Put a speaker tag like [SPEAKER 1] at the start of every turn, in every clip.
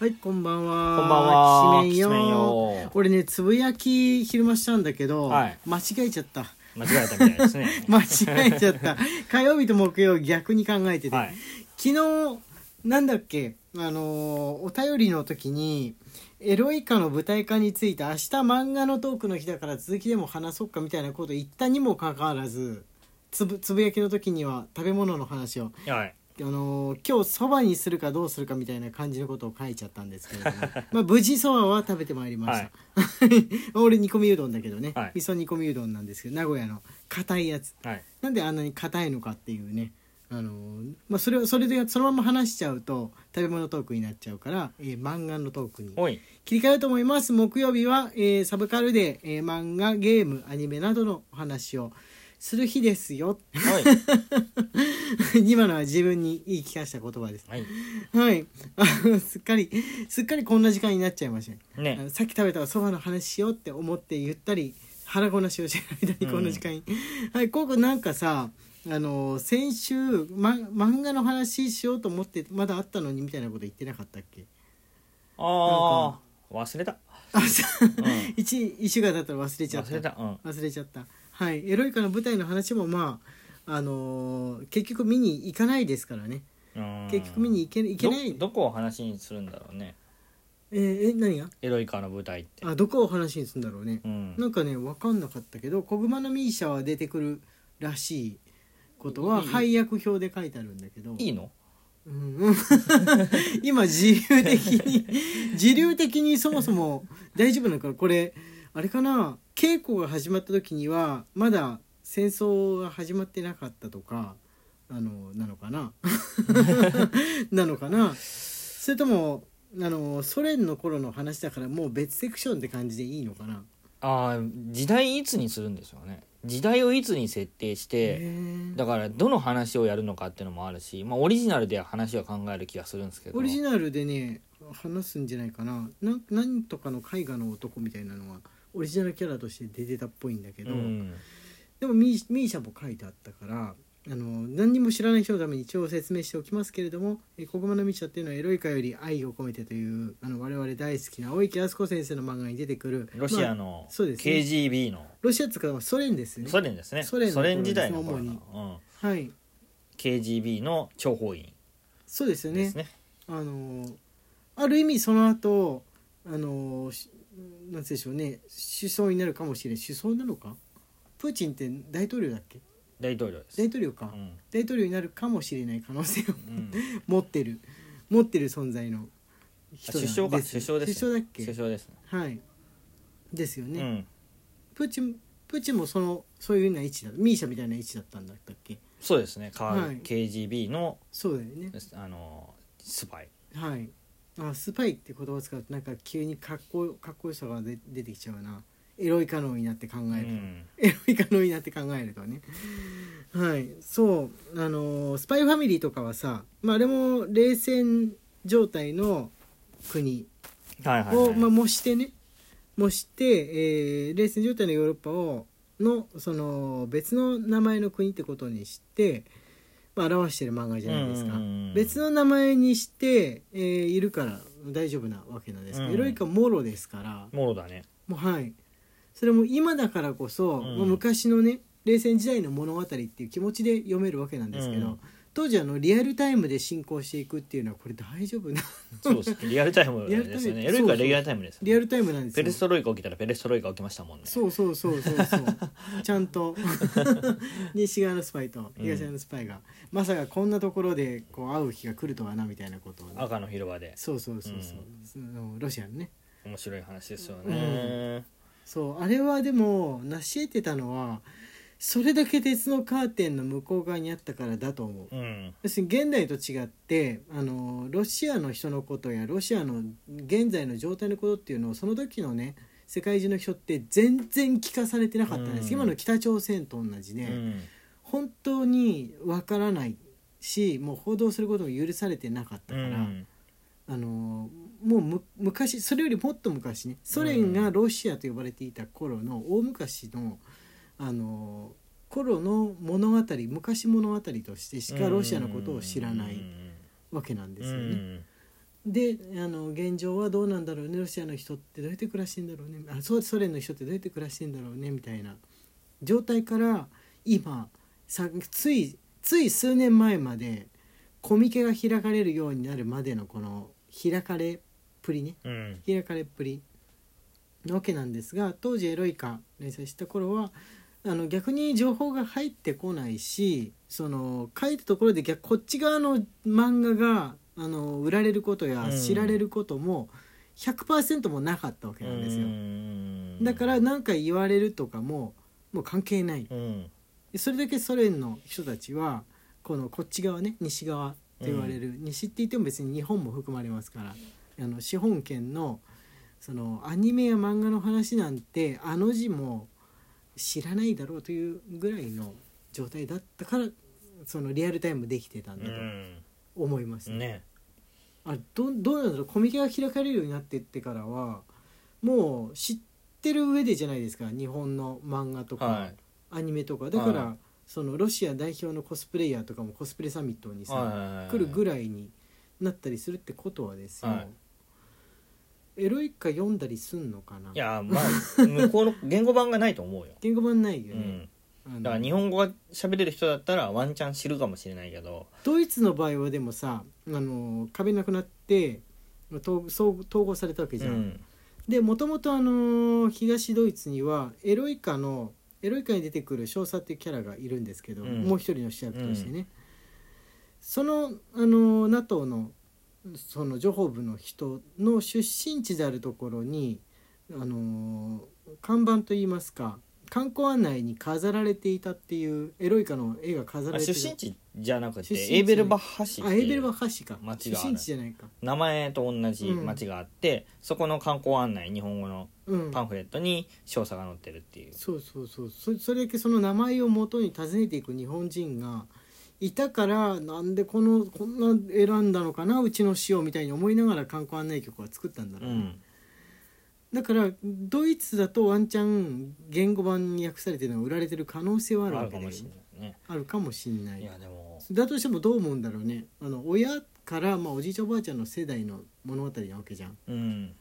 [SPEAKER 1] はい、こんばんは。
[SPEAKER 2] こんばんは
[SPEAKER 1] きしめんよ
[SPEAKER 2] きしめんよ
[SPEAKER 1] 俺ね、つぶやき昼間したんだけど、
[SPEAKER 2] はい
[SPEAKER 1] 間違えちゃった。
[SPEAKER 2] 間違えたみたいですね
[SPEAKER 1] 間違えちゃ った。火曜日と木曜逆に考えてて。
[SPEAKER 2] はい
[SPEAKER 1] 昨日、なんだっけ、あのーお便りの時に、エロイカの舞台化について明日漫画のトークの日だから続きでも話そうかみたいなこと言ったにもかかわらず、つぶつぶやきの時には食べ物の話を
[SPEAKER 2] はい
[SPEAKER 1] あのー今日そばにするかどうするかみたいな感じのことを書いちゃったんですけ れどもまあ無事そばは食べてまいりました、 俺煮込みうどんだけどね、
[SPEAKER 2] はい
[SPEAKER 1] 味噌煮込みうどんなんですけど名古屋の硬いやつ
[SPEAKER 2] はい
[SPEAKER 1] なんであんなに硬いのかっていうね、あのーまあ、それをそれでそのまま話しちゃうと食べ物トークになっちゃうから、えー漫画のトークに
[SPEAKER 2] おい
[SPEAKER 1] 切り替えようと思います木曜日は、えーサブカルで、えー漫画ゲームアニメなどのお話をする日ですよ
[SPEAKER 2] おい
[SPEAKER 1] 今のは自分に言い聞かせた言葉です
[SPEAKER 2] はい
[SPEAKER 1] はいあすっかりすっかりこんな時間になっちゃいましたねあ
[SPEAKER 2] ね
[SPEAKER 1] のさっき食べたそばの話しようって思ってゆったり腹ごなしをしてる間にこんな時間に、はいこうくんなんかさあのー先週、ま、漫画の話しようと思ってまだあったのにみたいなこと言ってなかったっけ
[SPEAKER 2] ああ忘れた
[SPEAKER 1] あそう
[SPEAKER 2] うん
[SPEAKER 1] 一一週間だったら忘れちゃった
[SPEAKER 2] 忘れたうん
[SPEAKER 1] 忘れちゃったはいエロイカの舞台の話もまああのー結局見に行かないですからね
[SPEAKER 2] うん
[SPEAKER 1] 結局見に行け行けない
[SPEAKER 2] どどこを話にするんだろうね
[SPEAKER 1] えーえ何が
[SPEAKER 2] エロイカの舞台って
[SPEAKER 1] あどこを話にするんだろうね
[SPEAKER 2] う、ん
[SPEAKER 1] なんかね分かんなかったけど「小熊のミーシャ」は出てくるらしいことはい
[SPEAKER 2] い
[SPEAKER 1] 配役表で書いてあるんだけど
[SPEAKER 2] いいの
[SPEAKER 1] うんうん 今自流的に自流的にそもそも大丈夫なのかこれあれかな稽古が始まった時にはまだ戦争が始まってなかったとかあのなのかな なのかなそれともあのソ連の頃の話だからもう別セクションって感じでいいのかな
[SPEAKER 2] ああ時代いつにするんですよね時代をいつに設定して
[SPEAKER 1] へえ
[SPEAKER 2] だからどの話をやるのかっていうのもあるし、まあ、オリジナルで話は考える気がするんですけど
[SPEAKER 1] オリジナルでね話すんじゃないかななんなんとかの絵画の男みたいなのはオリジナルキャラとして出てたっぽいんだけど、
[SPEAKER 2] うん
[SPEAKER 1] でもミーミーシャも書いてあったからあの何にも知らない人のために一応説明しておきますけれども「えーここまのミーシャ」っていうのは「エロイカより愛を込めて」というあの我々大好きな青池康子先生の漫画に出てくる
[SPEAKER 2] ロシア
[SPEAKER 1] まあ
[SPEAKER 2] の
[SPEAKER 1] そうですね
[SPEAKER 2] KGB の
[SPEAKER 1] ロシアっつうかソ連ですね
[SPEAKER 2] ソ連ですね
[SPEAKER 1] ソ
[SPEAKER 2] ソ
[SPEAKER 1] 連の
[SPEAKER 2] 連
[SPEAKER 1] 頃です
[SPEAKER 2] 時代の頃
[SPEAKER 1] 主
[SPEAKER 2] の、
[SPEAKER 1] に
[SPEAKER 2] うん、
[SPEAKER 1] はい
[SPEAKER 2] KGB の諜報員
[SPEAKER 1] そうですよね
[SPEAKER 2] ですね
[SPEAKER 1] あのーある意味その後あのーしなんて言うんでしょうね首相になるかもしれない首相なのかプーチンって大統領だっけ
[SPEAKER 2] 大統領です、
[SPEAKER 1] 大統領か、
[SPEAKER 2] うん
[SPEAKER 1] 大統領になるかもしれない可能性を
[SPEAKER 2] うん、
[SPEAKER 1] 持ってる持ってる存在の人なん
[SPEAKER 2] 首相か
[SPEAKER 1] です
[SPEAKER 2] 首相ですね
[SPEAKER 1] 首相だっけ
[SPEAKER 2] 首相ですね
[SPEAKER 1] はいですよね、
[SPEAKER 2] うん、
[SPEAKER 1] プーチンプーチンもそのそういうような位置だミーシャみたいな位置だったんだったっけ
[SPEAKER 2] そうですね変わる、
[SPEAKER 1] はい
[SPEAKER 2] KGB の
[SPEAKER 1] そうだよね
[SPEAKER 2] あのスパイ
[SPEAKER 1] はいあスパイって言葉を使うとなんか急にかっこかっこよさが出出てきちゃうなエロいカノンになって考えると、
[SPEAKER 2] うん
[SPEAKER 1] エロいカノンになって考えるとねはいそうあのースパイファミリー」とかはさ、まあ、あれも冷戦状態の国
[SPEAKER 2] はいはい、
[SPEAKER 1] を、
[SPEAKER 2] はい
[SPEAKER 1] まあ、模してね模して、えー冷戦状態のヨーロッパをのその別の名前の国ってことにして、まあ、表してる漫画じゃないですか、
[SPEAKER 2] うんうんうんうん
[SPEAKER 1] 別の名前にして、えーいるから大丈夫なわけなんですけど、
[SPEAKER 2] うん
[SPEAKER 1] エロイカもろですから
[SPEAKER 2] もろだね
[SPEAKER 1] もうはいそれも今だからこそ、
[SPEAKER 2] ん
[SPEAKER 1] もう昔のね冷戦時代の物語っていう気持ちで読めるわけなんですけど、
[SPEAKER 2] うん
[SPEAKER 1] 当時あのリアルタイムで進行していくっていうのはこれ大丈夫な
[SPEAKER 2] そうですねリアルタイムですよね
[SPEAKER 1] リア
[SPEAKER 2] エ
[SPEAKER 1] ルタイム
[SPEAKER 2] ロイカはリアルタイムですよね
[SPEAKER 1] リアルタイムなんです
[SPEAKER 2] ペ
[SPEAKER 1] よ
[SPEAKER 2] レストロイカ起きたらペレストロイカ起きましたもんね
[SPEAKER 1] そうそうそうそう そうちゃんと 西側のスパイと東側のスパイが、まさかこんなところでこう会う日が来るとはなみたいなことをね、
[SPEAKER 2] 赤の広場で
[SPEAKER 1] そうそうそうそう、そのロシアのね
[SPEAKER 2] 面白い話ですよね、
[SPEAKER 1] そうあれはでも成し得てたのはそれだけ鉄のカーテンの向こう側にあったからだと思う
[SPEAKER 2] うん
[SPEAKER 1] 要するに現代と違ってあのロシアの人のことやロシアの現在の状態のことっていうのをその時のね世界中の人って全然聞かされてなかったんです、
[SPEAKER 2] うん
[SPEAKER 1] 今の北朝鮮と同じで、
[SPEAKER 2] うん
[SPEAKER 1] 本当にわからないしもう報道することも許されてなかった
[SPEAKER 2] う
[SPEAKER 1] から、
[SPEAKER 2] ん
[SPEAKER 1] あのもうむ昔それよりもっと昔ねソ連がロシアと呼ばれていた頃の大昔のあの頃の物語昔物語としてしかロシアのことを知らないわけなんですよね。
[SPEAKER 2] うん
[SPEAKER 1] であの現状はどうなんだろうねロシアの人ってどうやって暮らしてんだろうねあそうソ連の人ってどうやって暮らしてんだろうねみたいな状態から今さついつい数年前までコミケが開かれるようになるまでのこの開かれっぷりね
[SPEAKER 2] うん
[SPEAKER 1] 開かれっぷりなわけなんですが当時エロイカ連載した頃はあの逆に情報が入ってこないしその書いたところで逆こっち側の漫画があの売られることや
[SPEAKER 2] うん
[SPEAKER 1] 知られることも100%もなかったわけなんですよ。だから何か言われるとかももう関係ない
[SPEAKER 2] うん
[SPEAKER 1] それだけソ連の人たちはこのこっち側ね西側って言われる、西って言っても別に日本も含まれますからあの資本権のそのアニメや漫画の話なんてあの字も知らないだろうというぐらいの状態だったからそのリアルタイムできてたんだ
[SPEAKER 2] う
[SPEAKER 1] と
[SPEAKER 2] ん
[SPEAKER 1] 思います、
[SPEAKER 2] ね
[SPEAKER 1] あどどうなんだろうコミケが開かれるようになってってからはもう知ってる上でじゃないですか日本の漫画とか、
[SPEAKER 2] はい
[SPEAKER 1] アニメとかだから、
[SPEAKER 2] は
[SPEAKER 1] そのロシア代表のコスプレイヤーとかもコスプレサミットにさ、
[SPEAKER 2] はい
[SPEAKER 1] 来るぐらいになったりするってことはですよ、
[SPEAKER 2] はい
[SPEAKER 1] エロイカ読んだりすんのかない
[SPEAKER 2] やまあ 向こうの言語版がないと思うよ、
[SPEAKER 1] 言語版ないよ
[SPEAKER 2] う
[SPEAKER 1] ね、
[SPEAKER 2] ん、
[SPEAKER 1] あの
[SPEAKER 2] だから日本語が喋れる人だったらワンチャン知るかもしれないけど
[SPEAKER 1] ドイツの場合はでもさあの壁なくなって統そう統合されたわけじゃん、
[SPEAKER 2] うん
[SPEAKER 1] でもともとあのー東ドイツにはエロイカのエロイカに出てくる少佐っていうキャラがいるんですけど、
[SPEAKER 2] うん
[SPEAKER 1] もう一人の主役としてね、その、あのー NATO のその情報部の人の出身地であるところに、あのー看板といいますか観光案内に飾られていたっていうエロイカの絵が飾ら
[SPEAKER 2] あ
[SPEAKER 1] れて
[SPEAKER 2] 出
[SPEAKER 1] いた
[SPEAKER 2] 身地じゃなくて
[SPEAKER 1] 出身地
[SPEAKER 2] エーベルバッハ市って
[SPEAKER 1] あエ
[SPEAKER 2] いう
[SPEAKER 1] ーベルバッハ市か
[SPEAKER 2] 町
[SPEAKER 1] 出
[SPEAKER 2] がある
[SPEAKER 1] 身地じゃないか、
[SPEAKER 2] 名前と同じ町があって、そこの観光案内日本語の
[SPEAKER 1] うん、
[SPEAKER 2] パンフレットに少佐が載ってるっていう、
[SPEAKER 1] そうそうそうそそれだけその名前を元に訪ねていく日本人がいたからなんでこのこんな選んだのかなうちの塩みたいに思いながら観光案内局は作ったんだ
[SPEAKER 2] う
[SPEAKER 1] ろうね、
[SPEAKER 2] ん、
[SPEAKER 1] だからドイツだとワンチャン言語版に訳されてるのが売られてる可能性はある
[SPEAKER 2] あ
[SPEAKER 1] わ
[SPEAKER 2] る
[SPEAKER 1] けだよ
[SPEAKER 2] かも
[SPEAKER 1] ね
[SPEAKER 2] しれないね
[SPEAKER 1] あるかもしれない
[SPEAKER 2] いやでも
[SPEAKER 1] だとしてもどう思うんだろうねあの親から、まあ、おじいちゃんおばあちゃんの世代の物語なわけじゃん
[SPEAKER 2] うん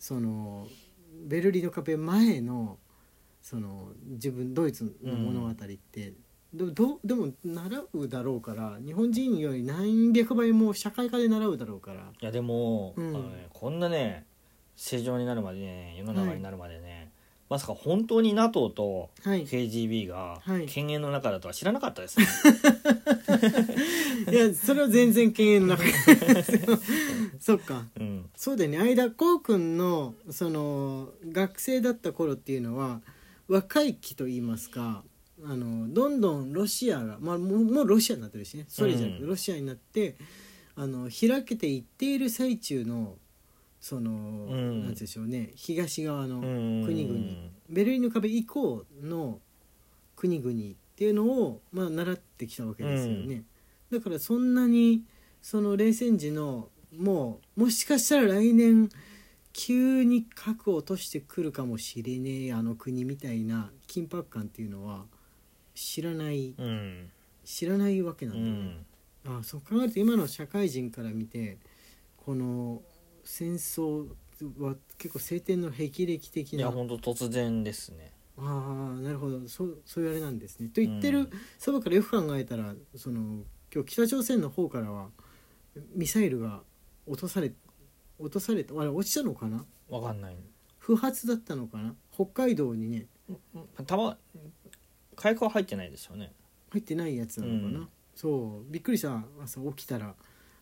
[SPEAKER 1] そのベルリンの壁前のその自分ドイツの物語って、でどでも習うだろうから日本人より何百倍も社会科で習うだろうから
[SPEAKER 2] いやでも、
[SPEAKER 1] うん
[SPEAKER 2] あのね、こんなね正常になるまでね世の中になるまでね、まさか本当に NATO と
[SPEAKER 1] はい い
[SPEAKER 2] KGB が
[SPEAKER 1] はい
[SPEAKER 2] 犬猿の中だとは知らなかっ たですね、
[SPEAKER 1] やそれは全然経営の中そっか
[SPEAKER 2] うん
[SPEAKER 1] そうだよね間こうくんのその学生だった頃っていうのは若い期といいますかあのどんどんロシアが、まあ、もうもうロシアになってるしねそれじゃなくて
[SPEAKER 2] うん
[SPEAKER 1] ロシアになって、あの開けていっている最中のその、
[SPEAKER 2] ん
[SPEAKER 1] なんて言うんでしょうね東側の
[SPEAKER 2] うん
[SPEAKER 1] 国々、ベルリンの壁以降の国々っていうのを、まあ、習ってきたわけですよね、だからそんなにその冷戦時のもうもしかしたら来年急に核を落としてくるかもしれねえあの国みたいな緊迫感っていうのは知らない
[SPEAKER 2] うん
[SPEAKER 1] 知らないわけ
[SPEAKER 2] う
[SPEAKER 1] なんだよね。
[SPEAKER 2] ん
[SPEAKER 1] あそう考えると今の社会人から見てこの戦争は結構晴天の霹靂的
[SPEAKER 2] い
[SPEAKER 1] な
[SPEAKER 2] や本当突然ですね
[SPEAKER 1] ああなるほどそうそういうあれなんですね。と言って
[SPEAKER 2] う
[SPEAKER 1] る
[SPEAKER 2] ん
[SPEAKER 1] そばからよく考えたらその今日北朝鮮の方からはミサイルが落とされ落とされたあれ落ちたのかな
[SPEAKER 2] わかんない
[SPEAKER 1] 不発だったのかな北海道にね
[SPEAKER 2] たま火薬は入ってないですよね
[SPEAKER 1] 入ってないやつなのかな、
[SPEAKER 2] うん
[SPEAKER 1] そうびっくりした朝起きたら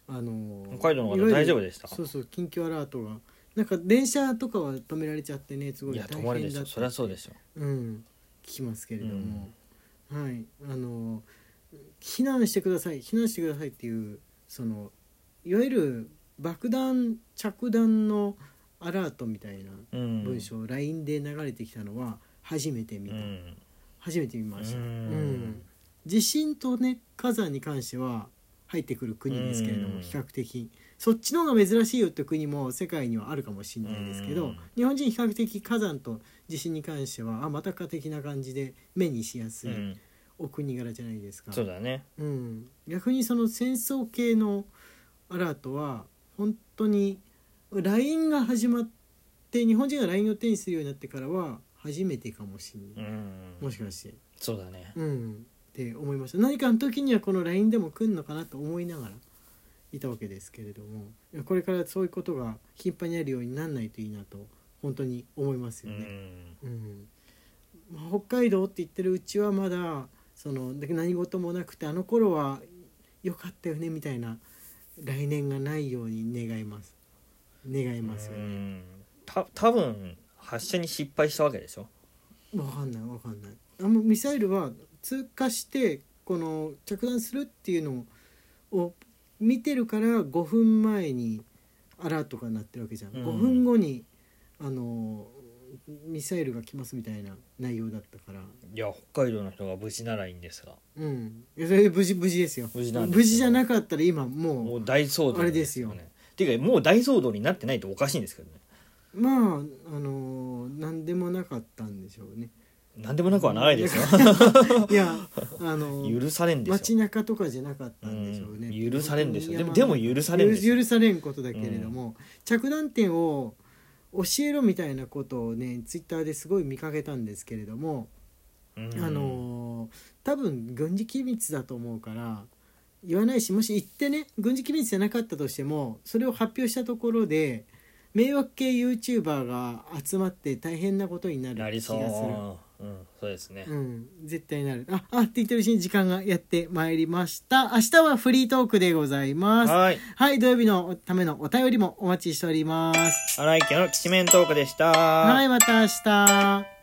[SPEAKER 1] あのー
[SPEAKER 2] 北海道の
[SPEAKER 1] いわ
[SPEAKER 2] 方
[SPEAKER 1] ゆる
[SPEAKER 2] 大丈夫でした
[SPEAKER 1] そうそう緊急アラートがなんか電車とかは止められちゃってねすごい
[SPEAKER 2] い
[SPEAKER 1] 大
[SPEAKER 2] や
[SPEAKER 1] 変だ
[SPEAKER 2] 止まるでし
[SPEAKER 1] っ
[SPEAKER 2] ょ
[SPEAKER 1] た
[SPEAKER 2] そりゃそうでしょ
[SPEAKER 1] うん、聞きますけれども、はいあの避難してください避難してくださいっていうそのいわゆる爆弾着弾のアラートみたいな
[SPEAKER 2] うん
[SPEAKER 1] 文章、LINE で流れてきたのは初めて見
[SPEAKER 2] う
[SPEAKER 1] た、
[SPEAKER 2] ん
[SPEAKER 1] 初めて見ました、
[SPEAKER 2] うん
[SPEAKER 1] 地震とね火山に関しては入ってくる国ですけれども、
[SPEAKER 2] うん
[SPEAKER 1] 比較的そっちの方が珍しいよって国も世界にはあるかもしれないですけど、
[SPEAKER 2] うん
[SPEAKER 1] 日本人比較的火山と地震に関してはあまたか的な感じで目にしやす
[SPEAKER 2] う
[SPEAKER 1] い
[SPEAKER 2] ん
[SPEAKER 1] お国柄じゃないですか、
[SPEAKER 2] そうだね
[SPEAKER 1] うん逆にその戦争系のアラートは本当に LINE が始まって日本人が LINE を手にするようになってからは初めてかもしれ
[SPEAKER 2] う
[SPEAKER 1] ない、
[SPEAKER 2] ん
[SPEAKER 1] もしかして
[SPEAKER 2] そうだね
[SPEAKER 1] うんって思いました何かの時にはこの LINE でも来んのかなと思いながらいたわけですけれどもいやこれからそういうことが頻繁にあるようになんないといいなと本当に思います
[SPEAKER 2] う
[SPEAKER 1] よね。
[SPEAKER 2] ん
[SPEAKER 1] うんまあ北海道って言ってるうちはまだそので何事もなくてあの頃は良かったよねみたいな来年がないように願います願いますよ
[SPEAKER 2] う
[SPEAKER 1] ね
[SPEAKER 2] んた多分発射に失敗したわけでしょ
[SPEAKER 1] 分かんない分かんないあのミサイルは通過してこの着弾するっていうのを見てるから5分前にアラートが鳴ってるわけじゃん、
[SPEAKER 2] うん
[SPEAKER 1] 5分後にあのミサイルが来ますみたいな内容だったから
[SPEAKER 2] いや北海道の人が無事ならいいんですが
[SPEAKER 1] うん、いやそれで無事無事ですよ
[SPEAKER 2] 無事なんですよ
[SPEAKER 1] じゃなかったら今も
[SPEAKER 2] も
[SPEAKER 1] う
[SPEAKER 2] う大騒動
[SPEAKER 1] あれですよ
[SPEAKER 2] ねていうかもう大騒動になってないとおかしいんですけどね
[SPEAKER 1] まああのー何でもなかったんでしょうね
[SPEAKER 2] なんでもなくはないですよ
[SPEAKER 1] いやあ のー
[SPEAKER 2] 許されんです
[SPEAKER 1] 街
[SPEAKER 2] よ
[SPEAKER 1] 中とかじゃなかったんでしょうね、
[SPEAKER 2] うん許されんですよ
[SPEAKER 1] 山
[SPEAKER 2] でもでも許されんですよ
[SPEAKER 1] 許許されんことだけれども、着弾点を教えろみたいなことをねツイッターですごい見かけたんですけれども、
[SPEAKER 2] うん
[SPEAKER 1] あのー多分軍事機密だと思うから言わないしもし言ってね軍事機密じゃなかったとしてもそれを発表したところで迷惑系 YouTuber が集まって大変なことになる
[SPEAKER 2] なり
[SPEAKER 1] 気がす
[SPEAKER 2] そう
[SPEAKER 1] る。
[SPEAKER 2] うんそうですね
[SPEAKER 1] うん、絶対なるああって言ってるうちに時間がやってまいりました明日はフリートークでございますはい、
[SPEAKER 2] はい
[SPEAKER 1] 土曜日のためのお便りもお待ちしております
[SPEAKER 2] 荒井家のきしめんトークでした
[SPEAKER 1] はいまた明日